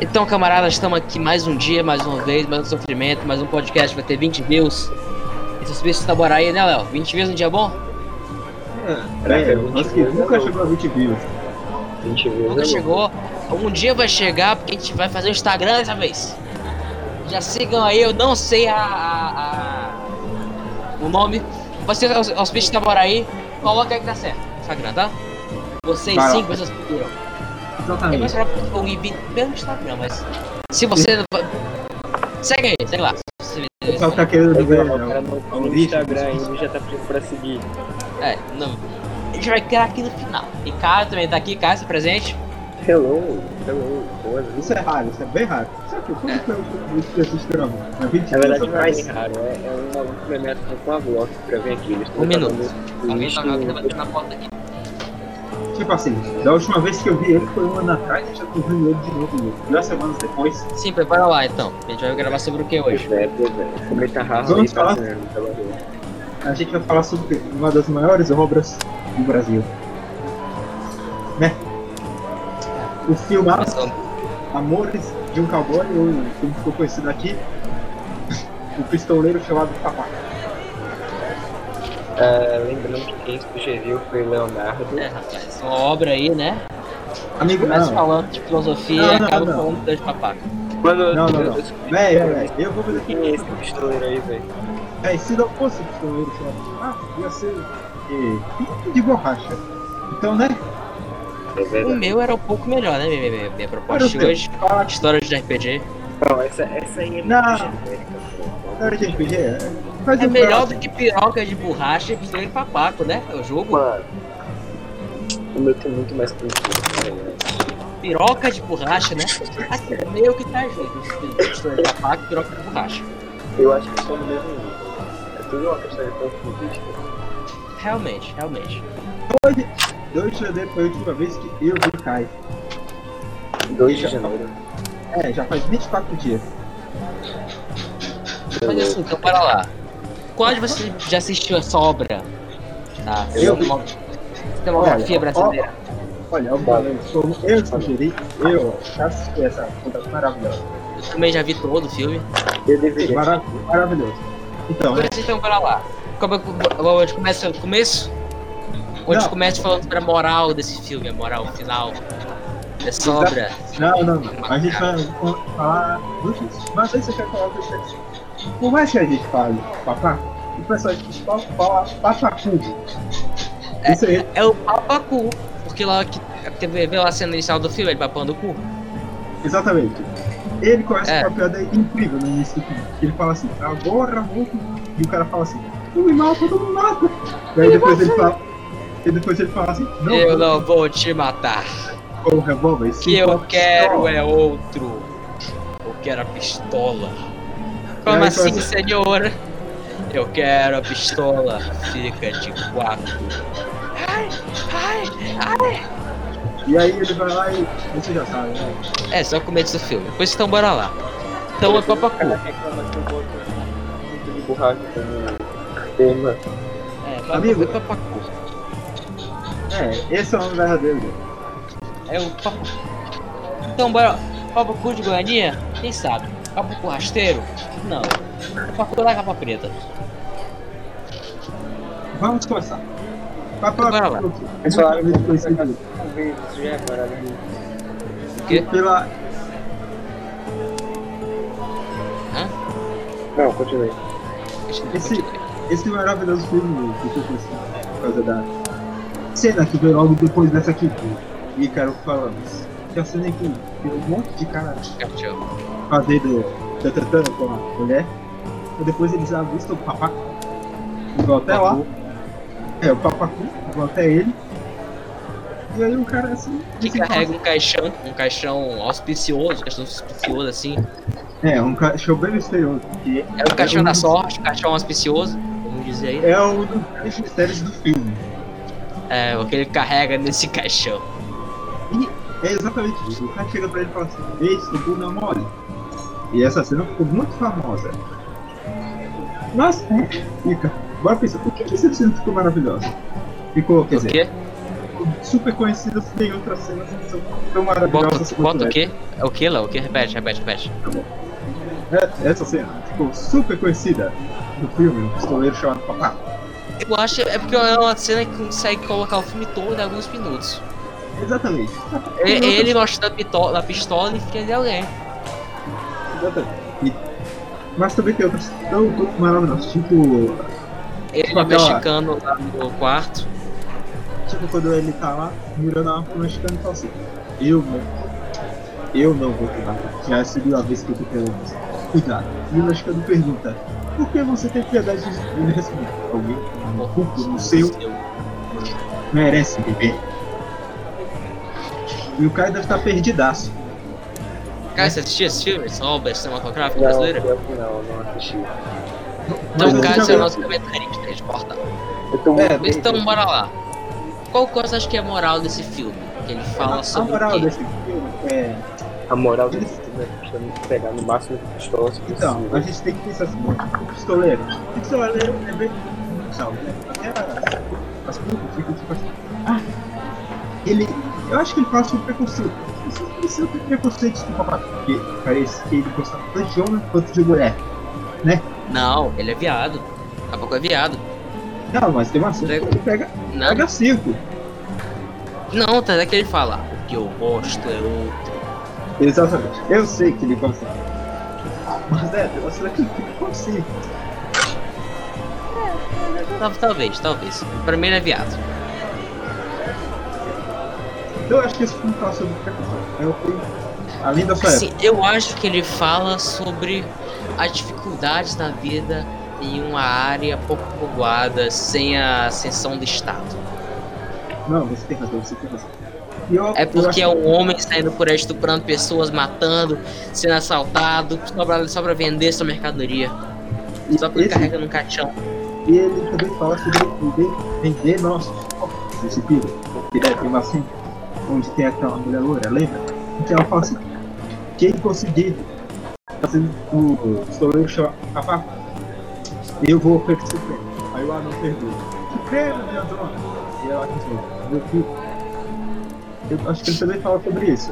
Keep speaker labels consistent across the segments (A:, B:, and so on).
A: Então, camaradas, estamos aqui mais um dia, mais uma vez, mais um sofrimento, mais um podcast vai ter 20 views. Esse serviço tá bora aí, né, Léo? 20 views é um dia bom?
B: É,
C: Caraca, eu acho que nunca chegou a 20 views.
B: 20 views.
A: Nunca
B: é louco.
A: chegou. Um dia vai chegar, porque a gente vai fazer o Instagram dessa vez. Já sigam aí, eu não sei a, a- a- o nome. Você, os hospício da Boraí, coloca aí que dá certo. Instagram, tá? Vocês
C: Vai lá.
A: cinco, vocês procuram. Eu vou
C: Exatamente.
A: esperar porque eu vi pelo Instagram, mas. Se você. Segue aí, segue lá. Se você-
C: O pessoal tá querendo
B: Mas,
C: ver
B: ó, é o cara
C: né,
B: no,
C: o
B: no
C: lixo.
B: Instagram ainda já tá pedindo pra seguir.
A: É, não. A gente vai criar aqui no final. E Caio também tá aqui, Caio, se presente.
B: Hello, hello, coisa.
C: Isso é raro, isso é bem raro. Sabe que quando que eu isso desses tramas? Na 20
B: Na verdade
C: anos
B: não é
C: atrás.
B: bem raro, é, é um maluco que me ameaça com a Glock pra vir aqui. Eles tão
A: Um minuto.
B: falando do
A: Alguém
B: lixo
A: toca aqui, tá batendo na porta aqui.
C: Tipo assim, da última vez que eu vi ele foi um ano atrás e já tô vendo ele de novo. né? Duas semanas depois.
A: Sim, prepara lá então. A gente vai gravar sobre o que
B: Pois
A: hoje?
B: é, pois é. Como ele tá raro,
C: Vamos
B: ele tá
C: falar?
B: sendo, tá bom.
C: A gente vai falar sobre uma das maiores obras do Brasil. Né? O filme Amores de um Cowboy, ou como ficou conhecido aqui, O Pistoleiro Chamado Papai.
B: Ah, Lembrando que quem sugeriu foi o Leonardo.
A: É, rapaz, uma obra aí, né?
C: Amigo,
A: Começa
C: não.
A: falando de filosofia
C: Não,
A: e
C: não,
A: acaba
C: não.
A: falando de Deus papaca.
B: Mano,
C: Não, não,
B: eu-
C: não.
B: eu descobri
C: Véi, véi, véi, eu vou fazer aqui.
B: quem é esse pistoleiro aí, velho.
C: Véi, se não fosse o Pistoleiro Chamado Papai, ia ser eh, pinto de borracha. Então, né?
B: É
A: O
B: verdade.
A: meu era um pouco melhor, né? Minha, minha, minha
C: Era o
A: proposta de
C: teu.
A: hoje. História de RPG.
B: Não, essa, essa aí é
C: Não.
B: muito genérica,
C: Cara, gente, RPG, é- faz
A: É
C: um
A: melhor
C: braço.
A: do que piroca de borracha e pistoleiro de papaco, né? É o
B: pô.
A: jogo.
B: Mano, o meu tem muito mais conteúdo. né?
A: Piroca de borracha, né? Assim, é meio que tá junto. Pistoleiro de papaco e piroca de borracha.
B: Eu acho que são do mesmo nível. É tudo uma questão de ponto de vista.
A: Realmente, realmente.
C: Dois de janeiro foi a última vez que eu vi o Kai.
B: 2 de janeiro.
C: É, já faz 24 dias.
A: Mas assim, então para lá. Qual de você já assistiu essa obra? Tá,
C: Eu-
A: Demografia
C: Olha,
A: brasileira.
C: Olha, eu falei, como eu sugeri, eu assisti essa conta maravilhosa.
A: Eu também já vi todo o filme.
B: Eu deveria.
C: Mara- maravilhoso. Então, né?
A: Mas então para lá. Como é que- a gente começa do começo? Onde
C: Não.
A: começa falando sobre a moral desse filme, a moral final dessa obra.
C: Não, não, não. A gente vai falar do X. Mas antes eu quero falar do X. Por mais que a gente fale papá, o pessoal de futebol fala papacudo. Isso aí.
A: É o papacu, porque lá que teve vê lá a cena inicial do filme, ele papando o cu.
C: Exatamente. Ele começa
A: É.
C: com uma piada incrível no início do filme. Ele fala assim, agora vou. E o cara fala assim, tu me mata, tu me mata. E aí depois ele fala. E depois ele fala assim, não,
A: eu não vou te matar.
C: com o revólver,
A: O
C: sim,
A: que
C: com
A: eu
C: a
A: quero
C: pistola."
A: é outro. Eu quero a pistola. Como
C: Aí,
A: assim,
C: quando-
A: senhora? Eu quero a pistola. Fica de quatro. Ai, ai.
C: E aí ele vai lá e. Você já sabe, né?
A: É, só o começo do filme. Pois então, bora lá. Então é papacu.
B: Cara, reclama que eu boto muito de borracha como tema.
A: É, papacu
C: Amigo.
A: é papacu.
C: É, esse é o nome verdadeiro dele.
A: É o papacu. Então, bora. Papacu de Goianinha? Quem sabe? Papacu rasteiro? Não. Papacu da capa preta.
C: Vamos começar.
A: Bora lá.
C: Papacudo. É
B: Pessoal,
C: muito conhecido
B: Talvez isso já é maravilhoso.
A: quê?
C: pela.
A: Hã?
B: Não, continue.
A: Deixa eu
C: Esse-
A: continuar.
C: Esse maravilhoso filme que foi conhecido por causa da cena que veio logo depois dessa aqui. E cara, falamos. Que é a cena que tem um monte de cara
A: Tchau.
C: fazendo. tá tratando com a mulher. E depois eles avistam o papacu. E vão até lá. É, o papacu, vão até ele. E aí o cara assim.
A: que
C: desenrola.
A: carrega um caixão, um caixão auspicioso, um caixão auspicioso assim.
C: É, um ca- show bem misterioso. que
A: É o caixão
C: um
A: da
C: dos-
A: sorte, o caixão auspicioso, vamos dizer aí. né?
C: É um dos grandes mistérios do filme.
A: É, o que ele carrega nesse caixão.
C: É exatamente isso. O cara chega pra ele e fala assim: Ei, seu bunda mole. E essa cena ficou muito famosa. Nossa, é, fica. Bora pensar, por que, que essa cena ficou maravilhosa? Ficou, quer
A: Por
C: dizer,
A: quê?
C: super conhecidas tem outras cenas que são tão
A: Bota,
C: maravilhosas
A: bota o
C: essa.
A: quê? É O que, Léo? O que? Repete, repete, repete.
C: É, essa cena ficou super conhecida do filme O Pistoleiro Chamado Papá.
A: Eu acho é porque é uma cena que consegue colocar o filme todo em alguns minutos.
C: Exatamente.
A: É
C: Tem
A: ele mostrando a pito- a pistola e fica de alguém.
C: outras- Exatamente. E- Mas também tem outras tão, tão maravilhosas, tipo
A: Ele
C: Tipo aquela-
A: mexicano lá no quarto.
C: Tipo, quando ele tá lá, mirando a arma pro mexicano e fala assim, eu não, eu não vou te matar. Já é a segunda vez que eu tô pegando você. Cuidado. E o mexicano pergunta, por que você tem piedade de mim?" Ele responde, alguém corrupto no seu merece viver. E o cara deve estar perdidaço.
A: Cara, você assistia esse filme? São obras cinematográficas
B: Não,
A: brasileiras?
B: pior que não, não assisti.
C: Mas
A: Então,
C: eu
A: cara,
C: já
A: esse é o
C: vi-
A: nosso comentarista de portal.
B: Eu tô
C: É,
B: muito
A: Mas então,
B: perdido.
A: bora lá. Qual coisa acho que é a moral desse filme? Que ele fala
C: A
A: sobre
C: moral
A: o quê?
C: desse filme é...
B: A moral
C: Ele-
B: desse filme é justamente pegar no máximo de pistolas possível.
C: Então, a gente tem que pensar assim, pistoleiro. Pistoleiro é bem salvo, né? Até as- as putas ficam tipo assim. Ah, ele. Eu acho que ele fala sobre preconceito. Você não precisa ter preconceito com o papai. Porque parece que ele gostava tanto de homem quanto de mulher.
A: Não, ele é viado. Daqui a pouco é viado.
C: Não, mas tem uma cena que ele pega,
A: Não,
C: pega cinco.
A: não, tá que ele fala. O que eu gosto é outro.
C: Exatamente. Eu sei que ele gosta. Mas é, tem uma cena que ele fica com cinco.
A: Tal- Talvez, talvez. Pra mim ele é viado.
C: Então eu acho que esse filme fala sobre preconceito. É o filme. Além da sua época.
A: Assim, eu acho que ele fala sobre as dificuldades na vida em uma área pouco povoada, sem a ascensão do Estado.
C: Não, você tem razão, você tem razão. E eu-
A: É
C: eu acho-
A: porque é um homem saindo por aí estuprando pessoas, matando, sendo assaltado, só pra, só pra vender sua mercadoria. Só porque
C: Esse-
A: carrega num caixão.
C: E ele também fala sobre vender, vender nossos corpos, esse filho. Que é, tem uma cena onde tem aquela mulher loura, lembra? Que ela fala assim, quem conseguir fazer o Soleil Chapá, eu vou oferecer o prêmio. Aí o Adam pergunta, que prêmio, minha dona? E ela continua, meu filho. Eu acho que ele também fala sobre isso.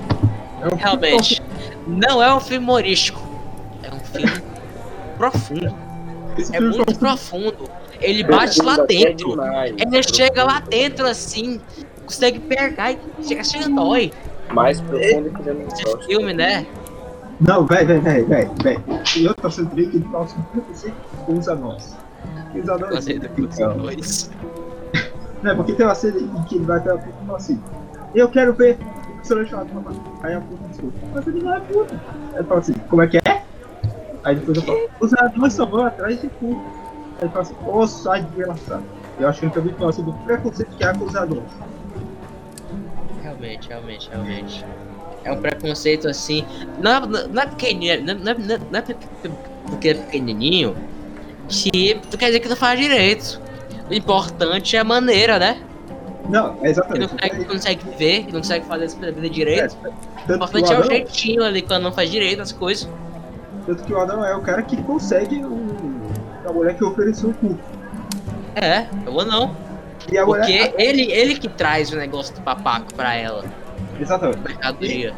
C: É um filme
A: Realmente, não é um filme humorístico. É um filme profundo.
C: com- esse
A: É
C: filme É,
A: muito
C: com-
A: profundo. Ele bate lá dentro. Ele chega lá dentro assim, consegue pegar e chega, chega dói.
B: Mais profundo um que eu não
A: Esse
B: gosto.
A: filme, né?
C: Não, véi, véi, véi, véi, véi. E eu tô sendo que ele fala sobre preconceito com os anões. E Os anões.
A: Gostei do Cruz
C: Então,
A: dois.
C: Né, porque tem uma cena em que ele vai até a puta e fala assim: Eu quero ver o que você vai chamar mamãe. Aí a puta desculpa, mas ele não é puta. Aí ele fala assim: Como é que é? Aí depois eu falo: Os anões só vão atrás de puta. Aí ele fala assim: Ô, sai de relação. Eu acho que ele também fala sobre o preconceito que há com os anões.
A: Realmente, realmente, realmente. É um preconceito assim. Não é, não é pequenininho. Não é, não é- não é pe- pe- porque é pequenininho. Que tu quer dizer que não faz direito. O importante é a maneira, né?
C: Não, é
A: Que não
C: exatamente.
A: consegue, não consegue ver, que não consegue fazer as coisas direito. O
C: Tanto que o
A: importante é o
C: É, anão-
A: jeitinho ali quando não faz direito as coisas.
C: tanto que o anão é o cara que consegue o. A mulher que ofereceu o cu.
A: É, eu vou não.
C: E a mulher.
A: Porque ele, ele que traz o negócio do papaco pra ela,
C: Exatamente.
A: mercadoria.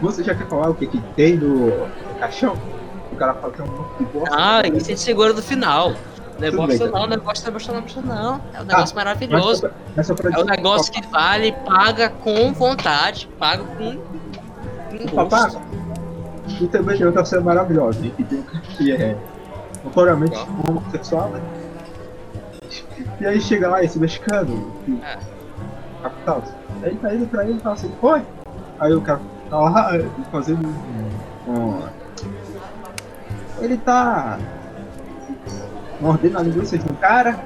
C: Você já quer falar o que, que tem no caixão? O cara fala que é um monte de bosta.
A: Ah, isso é seguro do final. Não é
C: Tudo
A: bosta
C: bem, tá.
A: não, não é bosta, não é bosta, não é bosta não. É um negócio
C: Mas só
A: maravilhoso.
C: pra- mas tá só pra
A: É um
C: dizer-
A: negócio que vale, paga com vontade, paga com, com gosto.
C: Papaco. E também tem outra cena maravilhosa, né, que tem um cara que é notoriamente homossexual, né? E aí chega lá esse mexicano, que-
A: É.
C: capital. Aí ele tá indo pra ele e fala assim, oi! Aí o cara tá lá fazendo um. um- Ele tá mordendo a linguiça de um cara.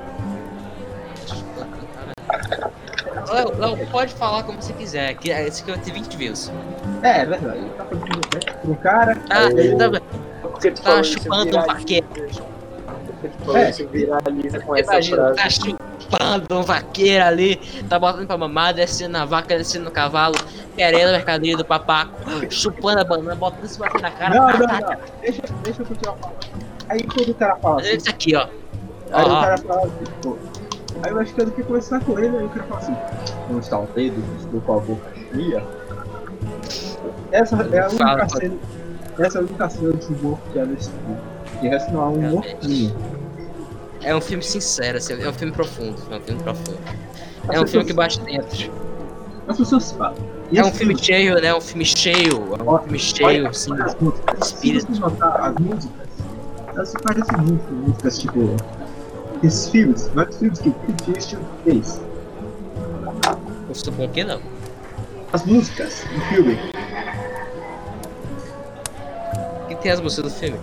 A: Léo, Léo, pode falar como você quiser, que é- esse aqui vai ter 20 views.
C: É, é verdade. Ele tá fazendo um teste pro cara.
A: Tá,
B: Aí,
A: tá,
B: Porque tu
A: tá
B: falou isso
A: chupando um
B: viraliza-
A: vaqueiro.
B: Porque tu falou
C: É.
B: isso viraliza com essa
A: Imagina,
B: frase.
A: tá chupando um vaqueiro ali, tá botando pra mamar, descendo a vaca, descendo no cavalo, querendo a mercadoria do papaco, chupando a banana, botando esse vaqueiro na cara.
C: Não,
A: tá,
C: não,
A: tá, tá.
C: não. Deixa, deixa eu continuar falando. Aí quando o cara fala assim,
A: Esse aqui, ó.
C: aí
A: Ó,
C: o
A: ó.
C: cara fala assim, pô, Aí eu acho que eu queria conversar com ele, aí o cara fala assim, não está o dedo, estou com a boca cheia. Essa é a única
A: Fala.
C: cena. Essa é a única cena de humor que há nesse filme. De resto não há um mortinho.
A: É um filme sincero, assim, é um filme profundo. É um filme profundo. É um filme que bate dentro.
C: As pessoas falam.
A: É um filme cheio, né? É um filme cheio. É um filme cheio, sim.
C: As músicas.
A: Espírito.
C: Se você notar as músicas, elas se parecem muito com músicas tipo. Esses filmes, vários filmes que o Clint Eastwood fez.
A: Gostou bom que não?
C: As músicas do filme,
A: O que tem as músicas do filme?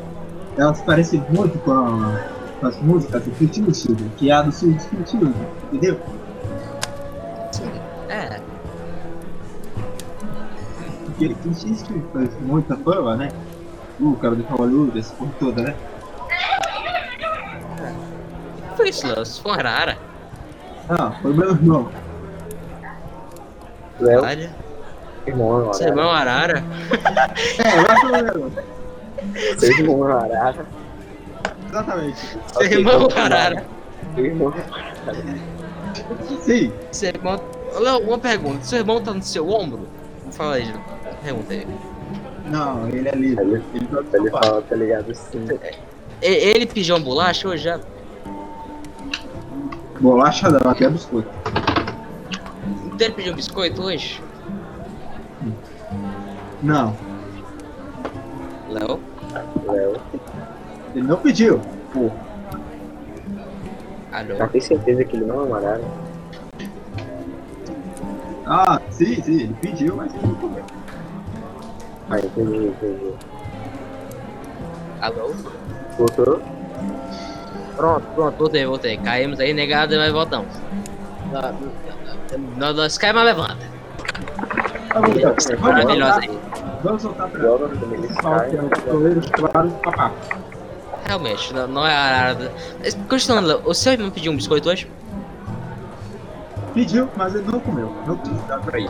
C: elas parecem muito com, a- com as músicas do Clint Eastwood, que é a dos filmes do Clint Eastwood, entendeu?
A: Sim. É.
C: Porque o Clint Eastwood faz muita fama, né? O cara do Hollywood, essa porra toda, né?
A: Foi isso, Léo. Isso foi um uma rara.
C: Ah, foi meu irmão.
B: Léo,
A: Olha.
B: irmão,
A: Seu irmão é uma arara.
C: É, lá foi meu irmão.
B: Seu irmão Arara.
C: Exatamente.
A: Seu
B: Ok,
A: irmão é
B: vamos
A: uma arara.
B: Seu irmão.
C: Sim,
A: Seu irmão. Ô, Léo, uma pergunta. Seu irmão tá no seu ombro? Fala aí, Ju. Pergunta aí.
C: não, ele é livre.
B: Ele,
C: Ele tá
B: ele
C: desocupado.
B: fala, tá ligado? Assim.
A: E- Ele pediu uma bolacha hoje já?
C: Bolacha é não, até biscoito.
A: Então Ele pediu um biscoito hoje?
C: Não,
A: Léo?
B: Léo.
C: ele não pediu. Pô,
A: Alô?
B: Já tem certeza que ele não é um Arara?
C: Ah, sim, sim, ele pediu, mas ele não comeu.
B: Ah, entendi, entendi.
A: Alô?
B: Voltou?
A: Pronto, pronto, voltei, voltei. Caímos aí, negado, mas voltamos. Nós, nós caímos, mas levanta.
C: Tá bom, então,
A: Isso é
C: vamos
A: maravilhoso
C: voltar,
A: aí.
C: vamos voltar pra
B: Joga como ele
C: principal, que é o goleiro claro do papá.
A: Realmente, não, não é a arada. Mas, Continuando, Léo, o seu irmão pediu um biscoito hoje?
C: Pediu, mas ele não comeu. Não quis dar pra ele.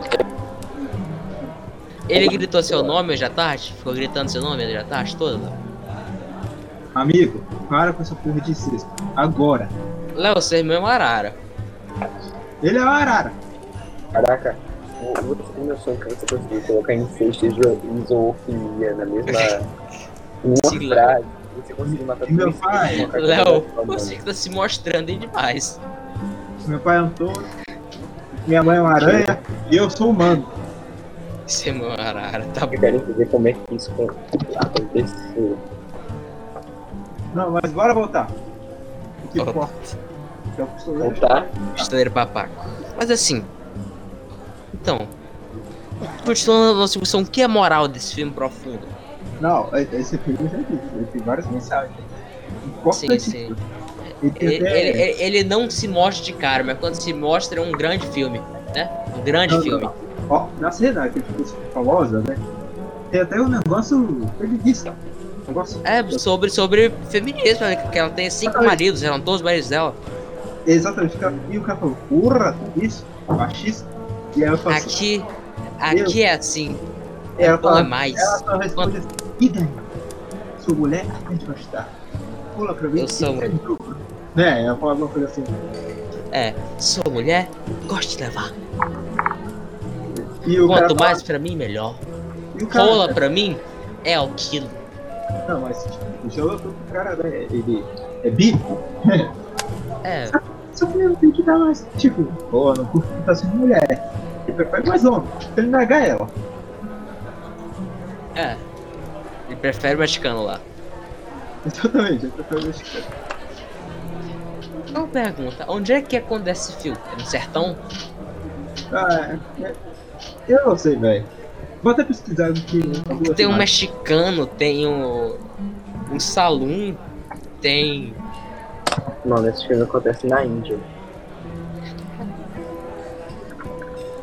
A: Ele gritou seu nome hoje à tarde? Ficou gritando seu nome hoje à tarde toda? Léo?
C: Amigo, para com essa porra de cesta. Agora.
A: Léo, seu irmão é uma arara.
C: Ele é uma arara.
B: Caraca, o- o outro filme eu sou que você conseguiu colocar incêndio e zoofilia na mesma. em uma
A: Sim, Léo.
B: frase. Você conseguiu matar
C: Meu
B: três
C: pai.
B: pessoas com a
A: Léo,
B: cabeça só,
A: você
B: mano.
A: que tá se mostrando aí demais.
C: Meu pai é um touro. Minha mãe é uma aranha. E eu sou humano.
A: Seu irmão é uma arara, tá bom.
B: Eu quero entender como é que isso aconteceu.
C: Não, mas bora voltar. O que importa é o pistoleiro.
B: Voltar?
A: Pistoleiro papaco. Mas assim. Então. Continuando a nossa discussão, o que é a moral desse filme profundo?
C: Não, e- esse filme já disse. Ele tem várias mensagens.
A: Sim,
C: Importante.
A: sim.
C: Ele tem
A: Ele,
C: até-
A: ele- é ele- ele não se mostra de cara, mas quando se mostra é um grande filme, né? Um grande
C: Não, não,
A: filme.
C: não. Ó, na cena que ficou famosa, né? Tem até um negócio feminista. Um negócio.
A: É, sobre, sobre feminismo, né? que ela tem cinco
C: Exatamente.
A: maridos, eram todos maridos dela.
C: Exatamente. o cara- E o cara falou, porra, tudo isso, machista. E aí eu falo assim,
A: Aqui. Aqui é assim,
C: ela
A: não é
C: fala,
A: mais.
C: ela só responde assim, e daí? Sou mulher, a gente vai estar. Pula pra mim.
A: Eu sou
C: e
A: mulher.
C: grupo. Né, ela fala alguma coisa assim.
A: Sou mulher, gosto de levar.
C: E o cara
A: Quanto
C: fala-
A: mais pra mim, melhor.
C: e o cara,
A: Rola pra mim é o quilo.
C: Não, mas tipo, já notou que o cara, né, ele é bico.
A: É,
C: Só que ele não tem que dar mais, tipo, pô, não curto que tá sendo mulher. Ele prefere mais homem, pra ele negar ela.
A: é. Ele prefere o mexicano lá.
C: Exatamente, ele prefere mexicano.
A: Uma Então pergunta, onde é que acontece esse filme? É no sertão?
C: Ah, é- eu não sei, velho. Vou até pesquisar do que.
A: Tem um mexicano, tem um. um salão, tem.
B: Mano, esse filme acontece na Índia.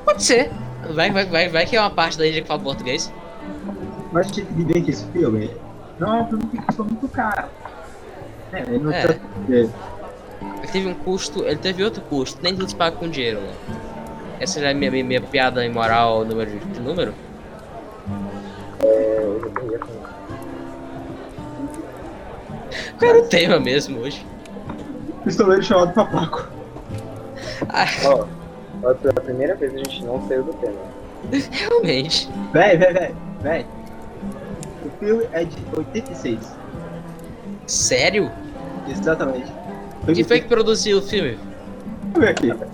A: Pode ser. Vai, vai, vai, vai que é uma parte da Índia que fala português.
C: Mas tinha que ver que esse filme não é um filme que custou muito caro. É, ele não
A: É.
C: tá- é,
A: Ele teve um custo, ele teve outro custo, nem tudo se paga com dinheiro, né? Essa já é minha, minha, minha piada imoral número de número?
B: É, eu já perdi a conta.
A: Qual era o tema mesmo hoje?
C: Pistoleiro chamado Papaco.
B: Ó, ó, pela primeira vez a gente não saiu do tema.
A: Realmente.
C: Véi, véi, véi, véi. O filme é de 86.
A: Sério?
C: Exatamente.
A: Quem foi que produziu o filme?
C: Deixa eu ver aqui.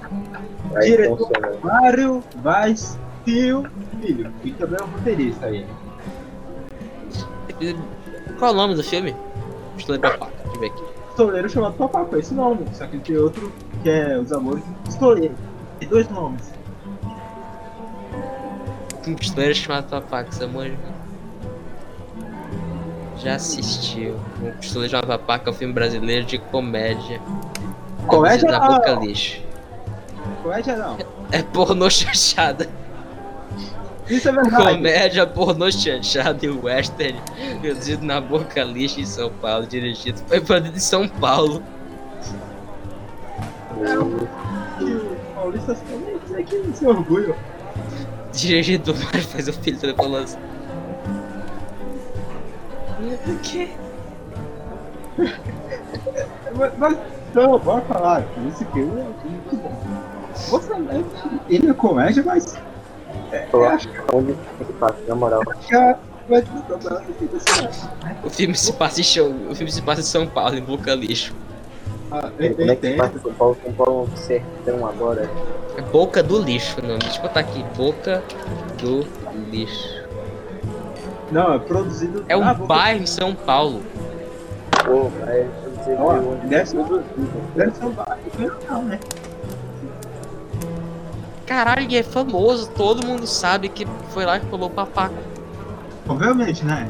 B: Aí um
C: Diretor.
B: funciona.
C: Mário Vaz Filho Filho. E também é um roteirista aí.
A: Qual é o nome do filme? Deixa eu lembrar a placa, deixa eu ver aqui.
C: Estoleiro chamado Papaco, é esse nome. Só que tem outro que é Os Amores do Estoleiro. Tem dois nomes.
A: Um pistoleiro chamado Papax, amor. Já assistiu. Um pistoleiro chamado Papaca é um filme brasileiro de comédia.
C: Comédia
A: Da
C: não.
A: boca lixo.
C: é Comédia não.
A: É pornô chanchada.
C: Isso é verdade.
A: Comédia, pornô chanchada e western, produzido na Boca Lixo em São Paulo, dirigido, foi produzido em São Paulo.
C: E o Paulista também dizer que não se orgulho.
A: Dirigido do Mário faz o filho da balança. O quê?
C: Mas, mas então, bora falar. Esse filme é muito bom. Você, ele é comédia, mas. É, eu acho que
B: Onde que passa, na moral.
C: a comédia do problema é sensacional.
A: O filme se passa em, São- o filme se passa em São Paulo, em Boca Lixo.
C: Ah, eu- eu
B: Como é que
C: entendo.
B: passa São Paulo? São Paulo é um sertão agora.
A: É Boca do Lixo o nome. Deixa eu botar aqui, Boca do Lixo.
C: Não, é produzido.
A: É um
C: na boca-
A: bairro em São Paulo.
B: Pô, mas eu não sei
C: Ó,
B: de onde
C: deve ser-
B: tudo tudo.
C: Deve ser um bairro, não, né?
A: Caralho, ele é famoso, todo mundo sabe que foi lá que falou papaca.
C: Obviamente, né?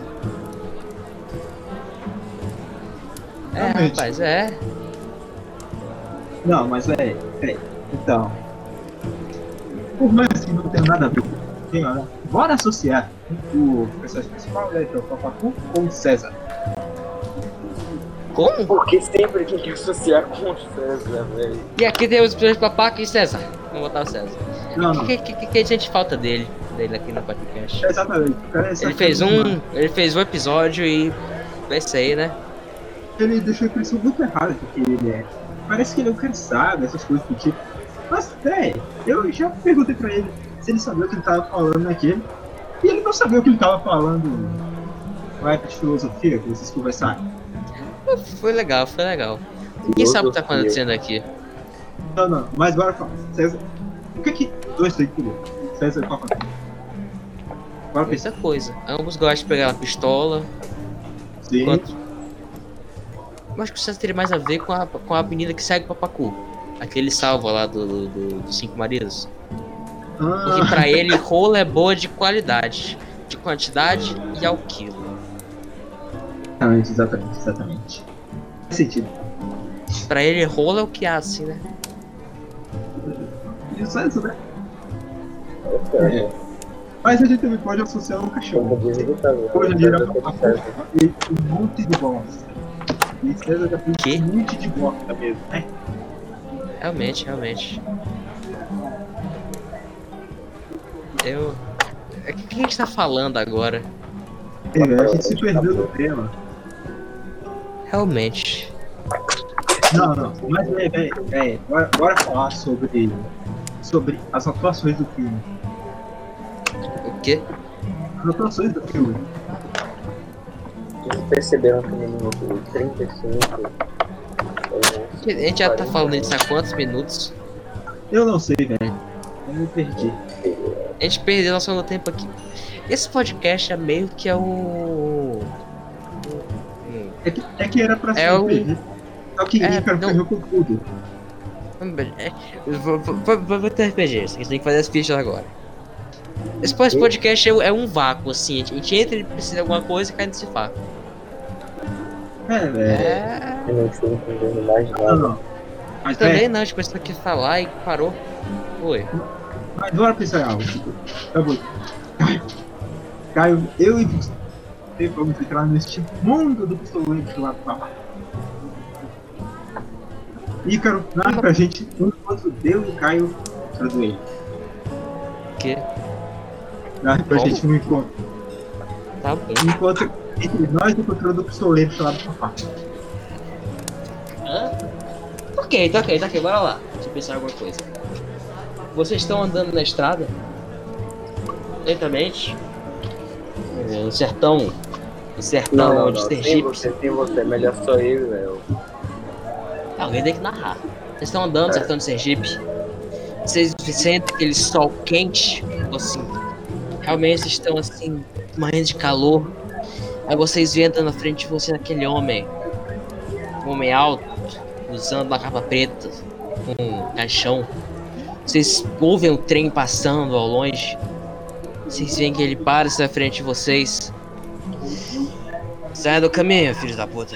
A: É,
C: Realmente.
A: rapaz, é.
C: Não, mas é. Peraí. Então. Por mais que não tenha nada a ver com o tema, né? Bora associar o personagem principal, né, que é o Papacu, com o César.
A: Como?
B: Porque sempre tem que associar com o César, velho.
A: E aqui tem os episódios Papaca e César. Vamos botar o César.
C: Ah, Não,
A: O
C: não.
A: que, que, que, que a gente falta dele? Dele aqui no podcast.
C: Exatamente. O cara é
A: Ele
C: sacana
A: fez
C: demais.
A: um. Ele fez um episódio e. É isso aí, né?
C: Ele deixou a impressão muito errada do que ele é. Parece que ele é um cara sábio, essas coisas do tipo. Mas, peraí, eu já perguntei pra ele se ele sabia o que ele tava falando naquele. E ele não sabia o que ele tava falando. Vai de filosofia que vocês conversaram.
A: Foi legal, foi legal. Ninguém sabe o que tá acontecendo aqui.
C: Não, não, mas bora falar. César. O que que. Dois tem que é? César qual foi? Bora pensar.
A: Muita coisa. Ambos gostam de pegar uma pistola.
C: Sim.
A: enquanto- Eu acho que o César teria mais a ver com a, com a menina que segue o Papacu. Aquele salva lá do, do, do- dos Cinco Maridos. Porque
C: Ah,
A: pra ele, rola é boa de qualidade, de quantidade e ao quilo.
C: exatamente, exatamente, exatamente. Faz sentido.
A: Pra ele, rola é o que há, assim, né?
C: E o César, né?
B: É César.
C: É. Mas a gente também pode associar um
B: Como
C: cachorro.
B: diz o Gustavo,
C: Hoje em
B: o
C: dia tá
B: César
C: era
B: é o César.
C: E um monte de bolas. E César já
A: Que?
C: fez um monte de bosta mesmo, né?
A: Realmente, realmente. Eu. O que que a gente tá falando agora?
C: É, a gente se perdeu no tema.
A: Realmente.
C: Não, não. Mas é, é, é. Bora, bora falar sobre. Sobre as atuações do filme.
A: O quê?
C: As atuações do filme.
B: Vocês perceberam que no minuto 35 é,
A: A gente já tá falando isso há quantos minutos?
C: Eu não sei, velho. Eu me perdi.
A: A gente perdeu nosso tempo aqui. Esse podcast é meio que é o.
C: É que, é que era pra ser
A: É o-
C: perdido. Só que
A: É,
C: Ícaro
A: não.
C: ferrou com tudo.
A: Vamos ter RPG, a gente tem que fazer as fichas agora. Esse pod- podcast é, é um vácuo, assim. A gente- a gente entra e precisa de alguma coisa e cai nesse vácuo.
C: É, velho.
A: É.
B: eu não estou entendendo mais
C: Não,
B: nada.
C: não. Mas,
A: Também
C: velho,
A: não, a gente começou aqui a falar e parou. Foi.
C: mas bora pensar em algo. Tá bom. Caio, Caio, eu e você vamos entrar neste mundo do pistoleiro lá do papai. Ícaro, narra pra gente enquanto eu e o Caio contra ele.
A: Que
C: Narra pra
A: Como?
C: gente um encontro.
A: tá bom.
C: Um encontro entre nós e o controle do pistoleiro lá do papai.
A: Ok, tá ok, tá ok, bora lá. Deixa eu pensar alguma coisa. Vocês estão andando na estrada, lentamente, é, no sertão, no sertão de
B: tem
A: Sergipe.
B: você, tem você, melhor só eu, é velho.
A: Alguém tem que narrar. Vocês estão andando, no
B: É.
A: sertão de Sergipe. Vocês sentem aquele sol quente, assim. Realmente vocês estão assim, manhã de calor. Aí vocês veem andando na frente de vocês aquele homem. Um homem alto, usando uma capa preta, com um caixão. Vocês ouvem o trem passando ao longe. Vocês veem que ele para na frente de vocês. Saia do caminho, filho da puta.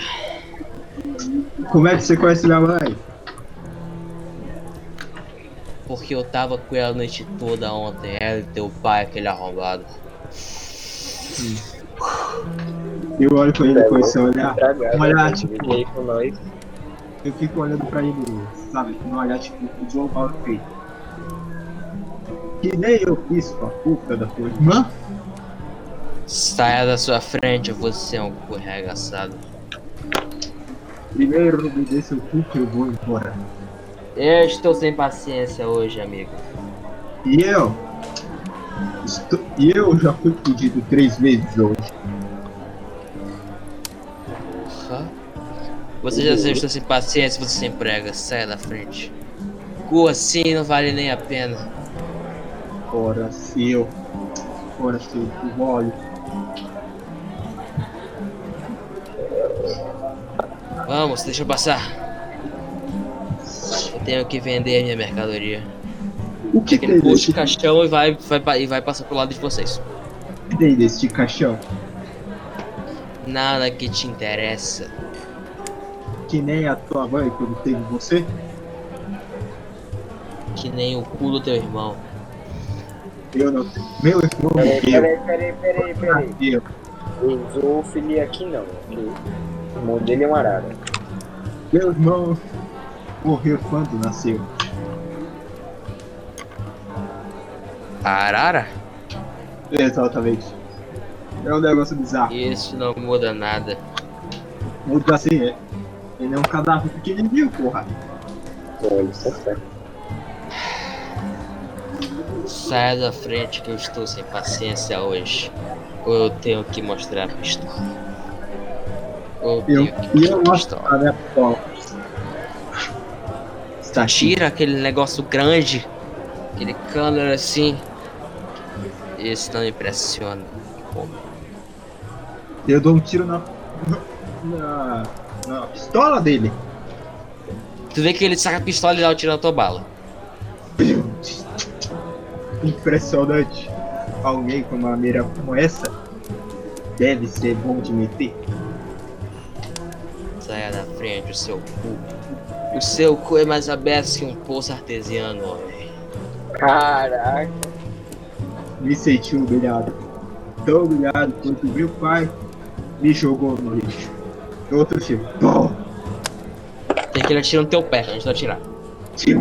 C: Como é que você conhece minha mãe?
A: Porque eu tava com ela a noite toda ontem, ela e teu pai, aquele arrombado.
C: Eu olho pra ele com esse olhar.
B: Estragado,
C: Olha,
B: né?
C: tipo-
B: Ele veio com nós.
C: Eu fico olhando pra ele, sabe? Com um olhar tipo o João Paulo fez. Que nem eu fiz com a puta da tua irmã.
A: Saia da sua frente, você é um cu arregaçado.
C: Primeiro me dê seu cu que eu vou embora.
A: Eu estou sem paciência hoje, amigo.
C: E eu? Estou... E eu já fui pedido três vezes hoje.
A: Hã? Você já sabe que estou sem paciência, você sem prega, saia da frente. Cu assim não vale nem a pena.
C: Ora se eu. Ora se eu olho.
A: Vamos, deixa eu passar. Eu tenho que vender a minha mercadoria.
C: O que é
A: Ele
C: tem
A: puxa
C: desse,
A: o caixão e vai, vai, pa- e vai passar pro lado de vocês.
C: o que tem desse caixão?
A: Nada que te interessa.
C: Que nem a tua mãe quando teve você?
A: Que nem o cu do teu irmão.
C: Eu não tenho. Meu irmão
B: Peraí,
C: morreu.
B: peraí, peraí, peraí, peraí.
C: Eu.
B: O zoofilia aqui não, ok? O irmão dele é um arara.
C: Meu irmão morreu quando nasceu.
A: Arara?
C: Exatamente. É um negócio bizarro.
A: Isso não muda nada.
C: Muito assim, é. Ele é um cadáver pequenininho, porra.
B: Bom, ele está é certo.
A: Saia da frente que eu estou sem paciência hoje. Ou eu tenho que mostrar a pistola. Ou eu
C: Eu,
A: tenho que
C: e
A: mostrar
C: eu
A: a
C: mostro
A: pistola.
C: a minha pistola. Está aqui.
A: Tira aquele negócio grande. Aquele câmera assim. Isso não me impressiona. Como?
C: Eu dou um tiro na, na, na pistola dele.
A: Tu vê que ele saca a pistola e dá o tiro na tua bala.
C: Impressionante. Alguém com uma mira como essa deve ser bom de meter.
A: Saia da frente, o seu cu. O seu cu é mais aberto que um poço artesiano, homem.
B: Caraca,
C: Me senti humilhado. Tão humilhado quanto meu pai me jogou no lixo. Outro tiro. Pô,
A: Tem que ele atira no teu pé antes de eu atirar.
C: tiro.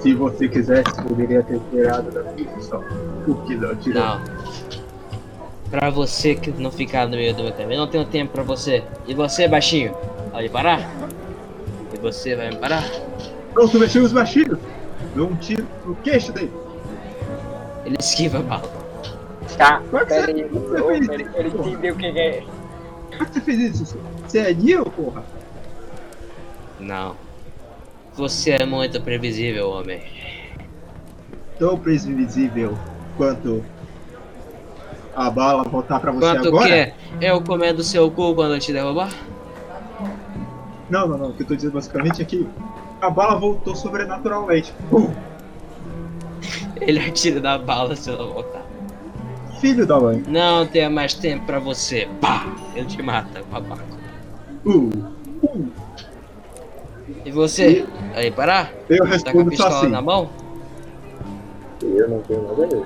C: Se você quisesse, poderia ter tirado da minha só. Por que não tirou?
A: Não. Pra você que não ficar no meio do meu caminho, eu não tenho tempo pra você. E você, baixinho? Vai me parar? E você vai me parar?
C: Não, tu mexeu os baixinhos. Dou um tiro no queixo dele.
A: Ele esquiva a bala.
B: tá,
C: Como é que
B: peraí,
C: você-
B: ele-
C: você fez
B: ele
C: isso,
B: ele
C: porra?
B: entendeu o que é.
C: Por que você fez isso? senhor? Você é Neo, porra?
A: Não. Você é muito previsível, homem.
C: Tão previsível quanto a bala voltar pra você
A: Quanto
C: agora?
A: que eu comendo seu cu quando eu te derrubar?
C: Não, não, não. O que eu tô dizendo basicamente é que a bala voltou sobrenaturalmente. Uh, Pum!
A: Ele atira da bala se eu não voltar.
C: Filho da mãe.
A: Não tenho mais tempo pra você. Pá! Ele te mata, babaca.
C: Uh, uh.
A: E você? Aí, parar?
C: Eu
A: Tá com a
C: respondo só
A: pistola
C: assim.
A: na mão?
B: Eu não tenho nada a ver.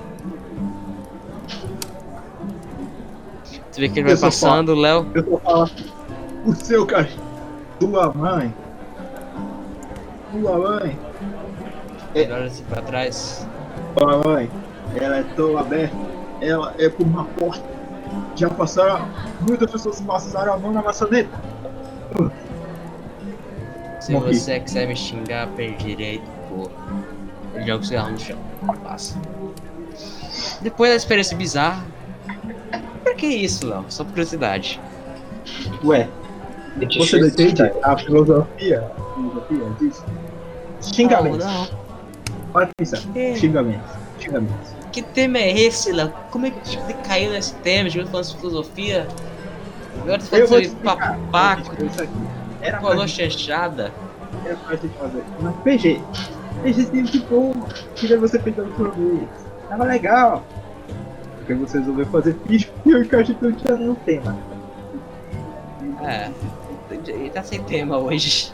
A: Tu vê que ele
C: Eu
A: vai
C: sou
A: passando, Léo.
C: Eu vou falar. O seu cachorro. Tua mãe. Tua mãe. É.
A: Ele olha assim pra trás.
C: Tua mãe. Ela é tão aberta. Ela é por uma porta. Já passaram. Muitas pessoas passaram a mão na maçaneta.
A: Se
C: Morri.
A: você quiser me xingar, perde direito, pô. Eu jogo cigarro no chão. Passa. Depois da experiência bizarra. Por que isso, Léo? Só por curiosidade.
C: Ué, você não entende a filosofia? a filosofia disso? Xingamentos.
A: Não,
C: Pode pensar.
A: Que?
C: Xingamentos. Xingamentos.
A: não. Que tema é esse, Léo? Como é que você caiu nesse tema? de falando sobre filosofia? Agora você falando
C: Eu vou te
A: sobre
C: explicar.
A: papaco, tá
C: Isso aqui. Era pra
A: colou chanchada.
C: era pra gente fazer. Mas PG. PG sempre um bom. Tira você pegando por vez. Tava legal. Porque você resolveu fazer ficha e eu encaixei tudo tirando no tema.
A: É. Ele tá sem tema hoje.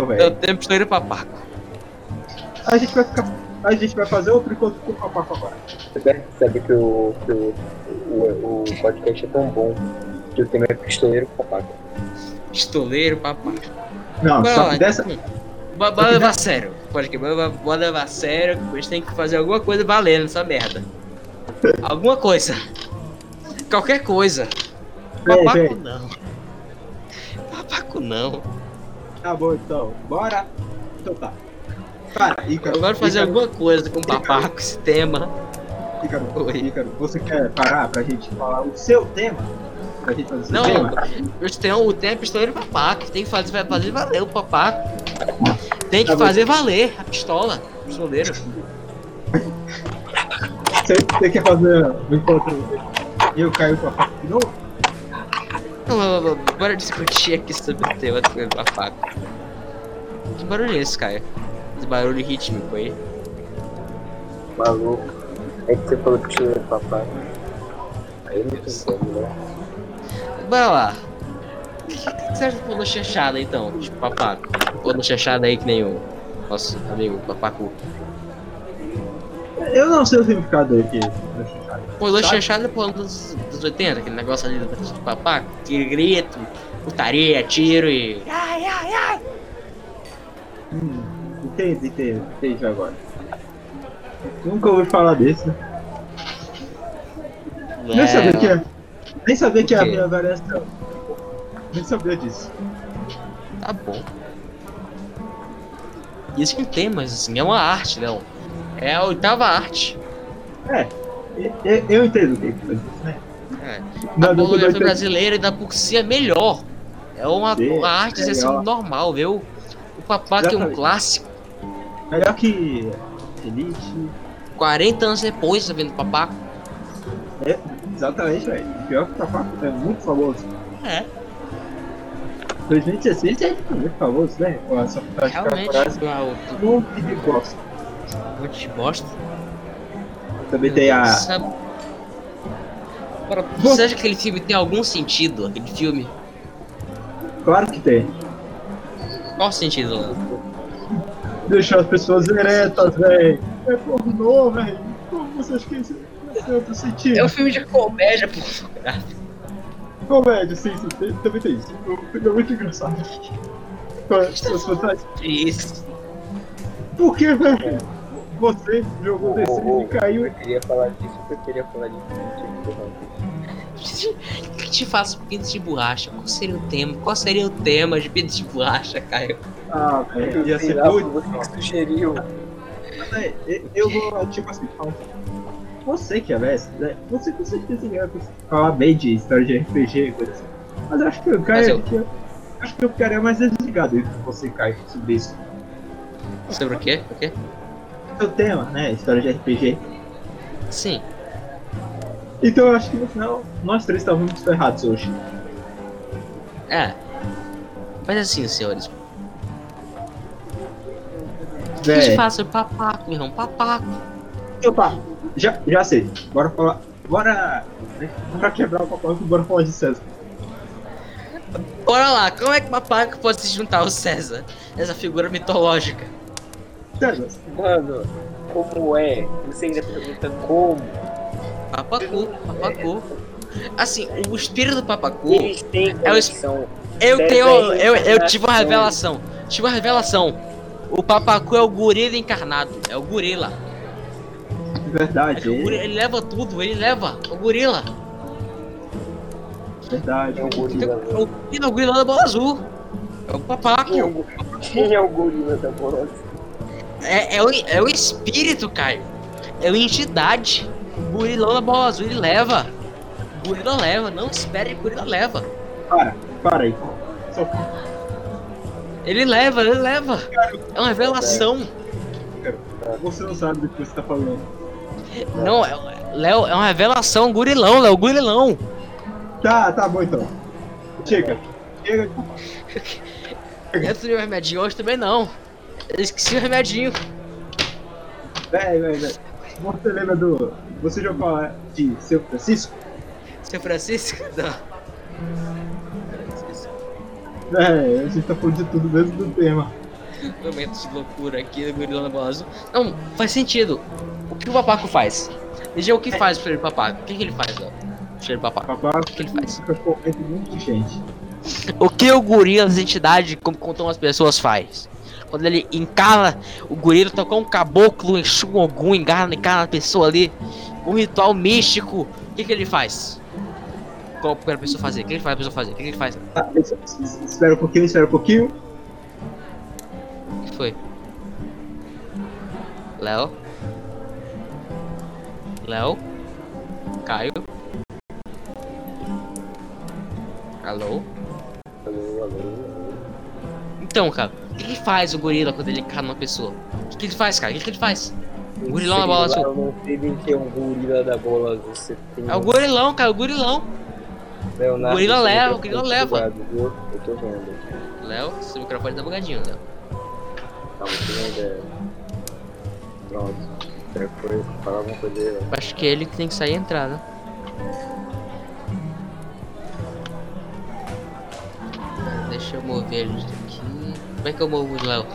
A: É o
C: velho?
A: tempo estouro papaco.
C: A gente vai ficar. A gente vai fazer outro encontro com o papaco agora.
B: Você percebe que o, que o, o, o podcast é tão bom que o tema é pistoleiro com papaco.
A: Pistoleiro, papaco.
C: Não, só
A: Não, é
C: que dessa.
A: Bo- Bora levar a sério. Pode que bora bora levar a sério. A gente tem que fazer alguma coisa valendo essa merda. Alguma coisa. Qualquer coisa.
C: Véi,
A: Papaco
C: véi.
A: não. Papaco não.
C: Tá bom então. Bora. Então tá. Para, Ícaro.
A: Eu quero fazer
C: Ícaro,
A: alguma coisa com papaco, esse tema.
C: Ícaro,
A: Oi.
C: Ícaro, você quer parar pra gente falar o seu tema? Pra gente fazer o seu
A: Não,
C: tema?
A: eu tenho, o é tempo pistoleiro papaco. Tem que fazer, vai fazer valer o papaco. Tem que
C: Tá bom.
A: fazer valer a pistola. Pistoleiro.
C: Você, você quer fazer o encontro e eu caio com a faca de novo?
A: Não, não, não, não, Bora discutir aqui sobre o tema do papaco. Que barulho é esse, Caio? Esse barulho rítmico aí.
B: Maluco. É que você falou pistoleiro com papaco. Aí eu não entendo, né?
A: Bora lá. O que que você acha do polo chechado então? Tipo, papaco. Polo chechado aí que nem o nosso amigo papaco.
C: Eu não sei o significado aqui.
A: Polo
C: Sabe?
A: chechado é polo dos, dos 80, aquele negócio ali do, do papaco. Que grito, putaria, tiro e. Ai, ai, ai.
C: Hum, entendo, entendo, entendo agora. Nunca ouvi falar desse. Nem sabia que é. Nem sabia que
A: O
C: é a
A: quê?
C: minha variação. Nem sabia disso.
A: Tá bom. Isso que tem, mas assim, é uma arte, não. É a oitava arte.
C: É, e- e- eu, entendo o que foi disso, né?
A: É.
C: Não,
A: A
C: não tô
A: pornografia
C: doido.
A: brasileira ainda por si é melhor. É uma,
C: Sim,
A: uma arte
C: melhor.
A: assim, normal, viu? O Papaco é um
C: Exatamente.
A: clássico.
C: Melhor que Elite.
A: 40 anos depois, tá vendo Papaco?
C: É, exatamente, velho. Pior que o Tapaco é muito famoso.
A: É,
C: 2016 é muito famoso, né? Com essa
A: realmente.
C: frase.
A: Ah, o-
C: Não que me gosta.
A: o- o que bosta.
C: Também tem a.
A: Sabe- Agora, Você acha que aquele filme tem algum sentido? Aquele filme?
C: Claro que tem.
A: Qual o sentido, Léo?
C: Deixar as pessoas eretas, velho. É pornô, velho. Como você esqueceu do sentido?
A: É um filme de comédia, pô.
C: Comédia, sim, sim, tem- também tem isso. É muito engraçado. é, As pessoas-
A: Que Isso.
C: Por que, velho? Você jogou desse e caiu.
B: Eu queria falar disso porque eu queria falar de de-
A: O que te faz pinto de borracha? Qual seria o tema? Qual seria o tema de pinto de borracha, Caio?
C: Ah,
B: de-
C: velho. Ia
B: Sei
C: ser
B: lá,
C: muito.
B: Você que sugeriu.
C: né, eu- Eu vou, tipo assim, falar. Você que é mestre, né? Você com certeza ia falar bem de história de RPG, coisa assim. Mas eu acho que o
A: Mas
C: cara.
A: eu-
C: que eu- Acho que eu ficaria mais desligado do que você, Caio, sobre isso.
A: Sobre o quê? O quê?
C: Seu tema, né? História de RPG.
A: Sim.
C: Então eu acho que no final, nós três estávamos ferrados hoje.
A: É. Mas assim, senhores, o que a gente
C: Véi,
A: fala sobre papaco, meu irmão? Papaco.
C: opa, já, já sei. Bora falar. Bora. Bora quebrar o papo e bora falar de César.
A: Bora lá, como é que papaco pode se juntar ao César? Essa figura mitológica.
C: César,
B: Mano, como é? Você ainda pergunta como?
A: Papacu, papacu. Assim, o espírito do papacu.
B: Eles
A: é
B: têm conexão.
A: Eu
B: Dez
A: tenho.
B: aí,
A: Eu, eu tive uma
B: revelação.
A: revelação. Tive uma revelação. O papacu é o gorila encarnado. É o gorila.
C: de
A: Ele,
C: verdade,
A: o gori-
C: é,
A: ele leva tudo, ele leva. O gorila.
C: verdade.
B: É um
A: Então,
B: gorila.
A: né? O gorila, o gorila da bola azul. É o papaco.
B: Quem é o, go- quem é o gorila da Borosa?
A: É, é, o, é o espírito, Caio. É uma entidade. Gurilão da bola azul, ele leva. Gorila leva, não espere, gorila leva.
C: Para, para aí. Só
A: Ele leva, ele leva. É uma revelação.
C: você não sabe do que você tá falando.
A: Não, é, Léo, é uma revelação, gurilão, Léo, gurilão.
C: Tá, tá bom então. Chega. Chega.
A: Dentro do remedinho hoje também não. Eu esqueci o remedinho.
C: Véi, véi, véi. Você lembra do. Você já falar de seu Francisco?
A: Seu Francisco? Não.
C: Véi, a gente tá falando de tudo dentro do tema.
A: Momento de loucura aqui do gurilão da bola azul. Não, faz sentido. O que o papaco faz? Veja o que faz o cheiro papaco. O que, que ele faz, Léo? O cheiro papaco.
C: Papai
A: O que ele faz?
C: fica correndo muito de gente.
A: O que o gorila das entidades, como contam as pessoas, faz? Quando ele encala, o gorila toca um caboclo, enxuga algum, engana, encala a pessoa ali. Um ritual místico. O que, que ele faz? Qual que a pessoa fazer? O que ele faz a pessoa fazer? O que, que ele faz? O
C: Tá, es- es- espera um pouquinho, espera um pouquinho.
A: que foi? Léo? Léo? Caio? Alô?
B: Alô, alô, alô.
A: Então, cara, o que, que faz o gorila quando ele encara uma pessoa? O que, que ele faz, cara? O que, que ele faz? O gorilão da
B: Sei
A: bola
B: lá,
A: azul.
B: Eu não sei nem quem é o gorila da bola azul. Você tem
A: É o gorilão, cara, o gorilão.
B: Leonardo,
A: gorila
B: você
A: leva,
B: tá
A: o gorila
B: muito
A: leva.
B: bugado, viu? Eu tô vendo.
A: Léo, seu microfone tá bugadinho, Léo.
B: Tá muito vendo. é. Pronto. Será que foi? Falar alguma coisa aí, ó.
A: Acho que é ele que tem que sair e entrar, né? Deixa eu mover ele aqui. Como é que eu movo o Léo?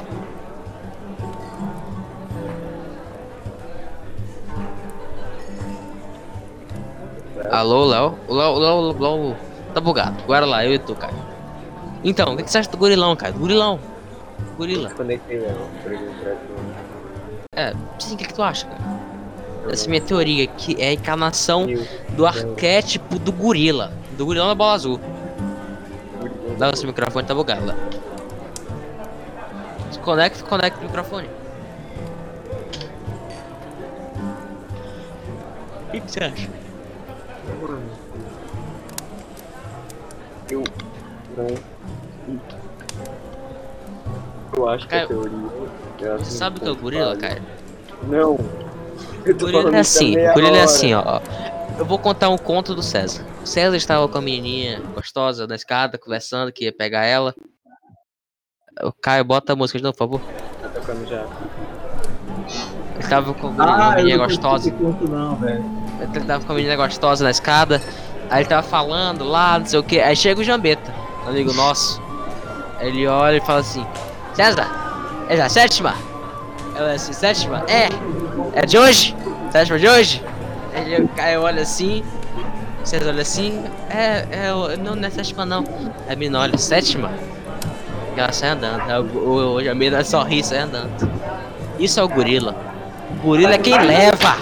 A: Alô, Léo? O Léo, o Léo, o Léo, o Léo tá bugado. Agora lá, eu e tu, cara. Então, o que que você acha do gorilão, cara? Do gorilão. Gorila.
B: Desconectei, Léo. Por exemplo,
A: É, sim, o que, que tu acha, cara? Essa é minha teoria, que é a encarnação do
B: Eu-
A: arquétipo do gorila. Do gorilão da bola azul. Não, esse microfone tá bugado. Léo. Desconecta, conecta o microfone. O que que você acha?
B: Eu não. Eu acho que
A: Cara,
B: a teoria.
A: Você
B: ela tem
A: sabe o
B: um
A: que é o
B: ponto
A: gorila,
B: falho.
A: cara?
B: Não.
A: O gorila é assim, o gorila é assim, ó. Eu vou contar um conto do César. O César estava com a menininha gostosa na escada, conversando que ia pegar ela. O Caio, bota a música de novo, por favor.
B: Tá tocando já.
A: Ele tava com uma
C: Ah, eu
A: menininha
C: não é sei
A: gostosa.
C: esse ponto não, velho.
A: Ele tava com a menina gostosa na escada. Aí ele tava falando lá, não sei o que. Aí chega o Jambeta, um amigo nosso. Ele olha e fala assim: César, é a sétima? Ela assim: sétima? É, é de hoje? Sétima de hoje? Ele cai, olha assim. César olha assim: É, é, o- não, não é sétima não. Aí a menina olha: sétima? E ela sai andando. Aí o, o, o Jambeta sorri e sai andando. Isso é o gorila. O gorila é quem leva.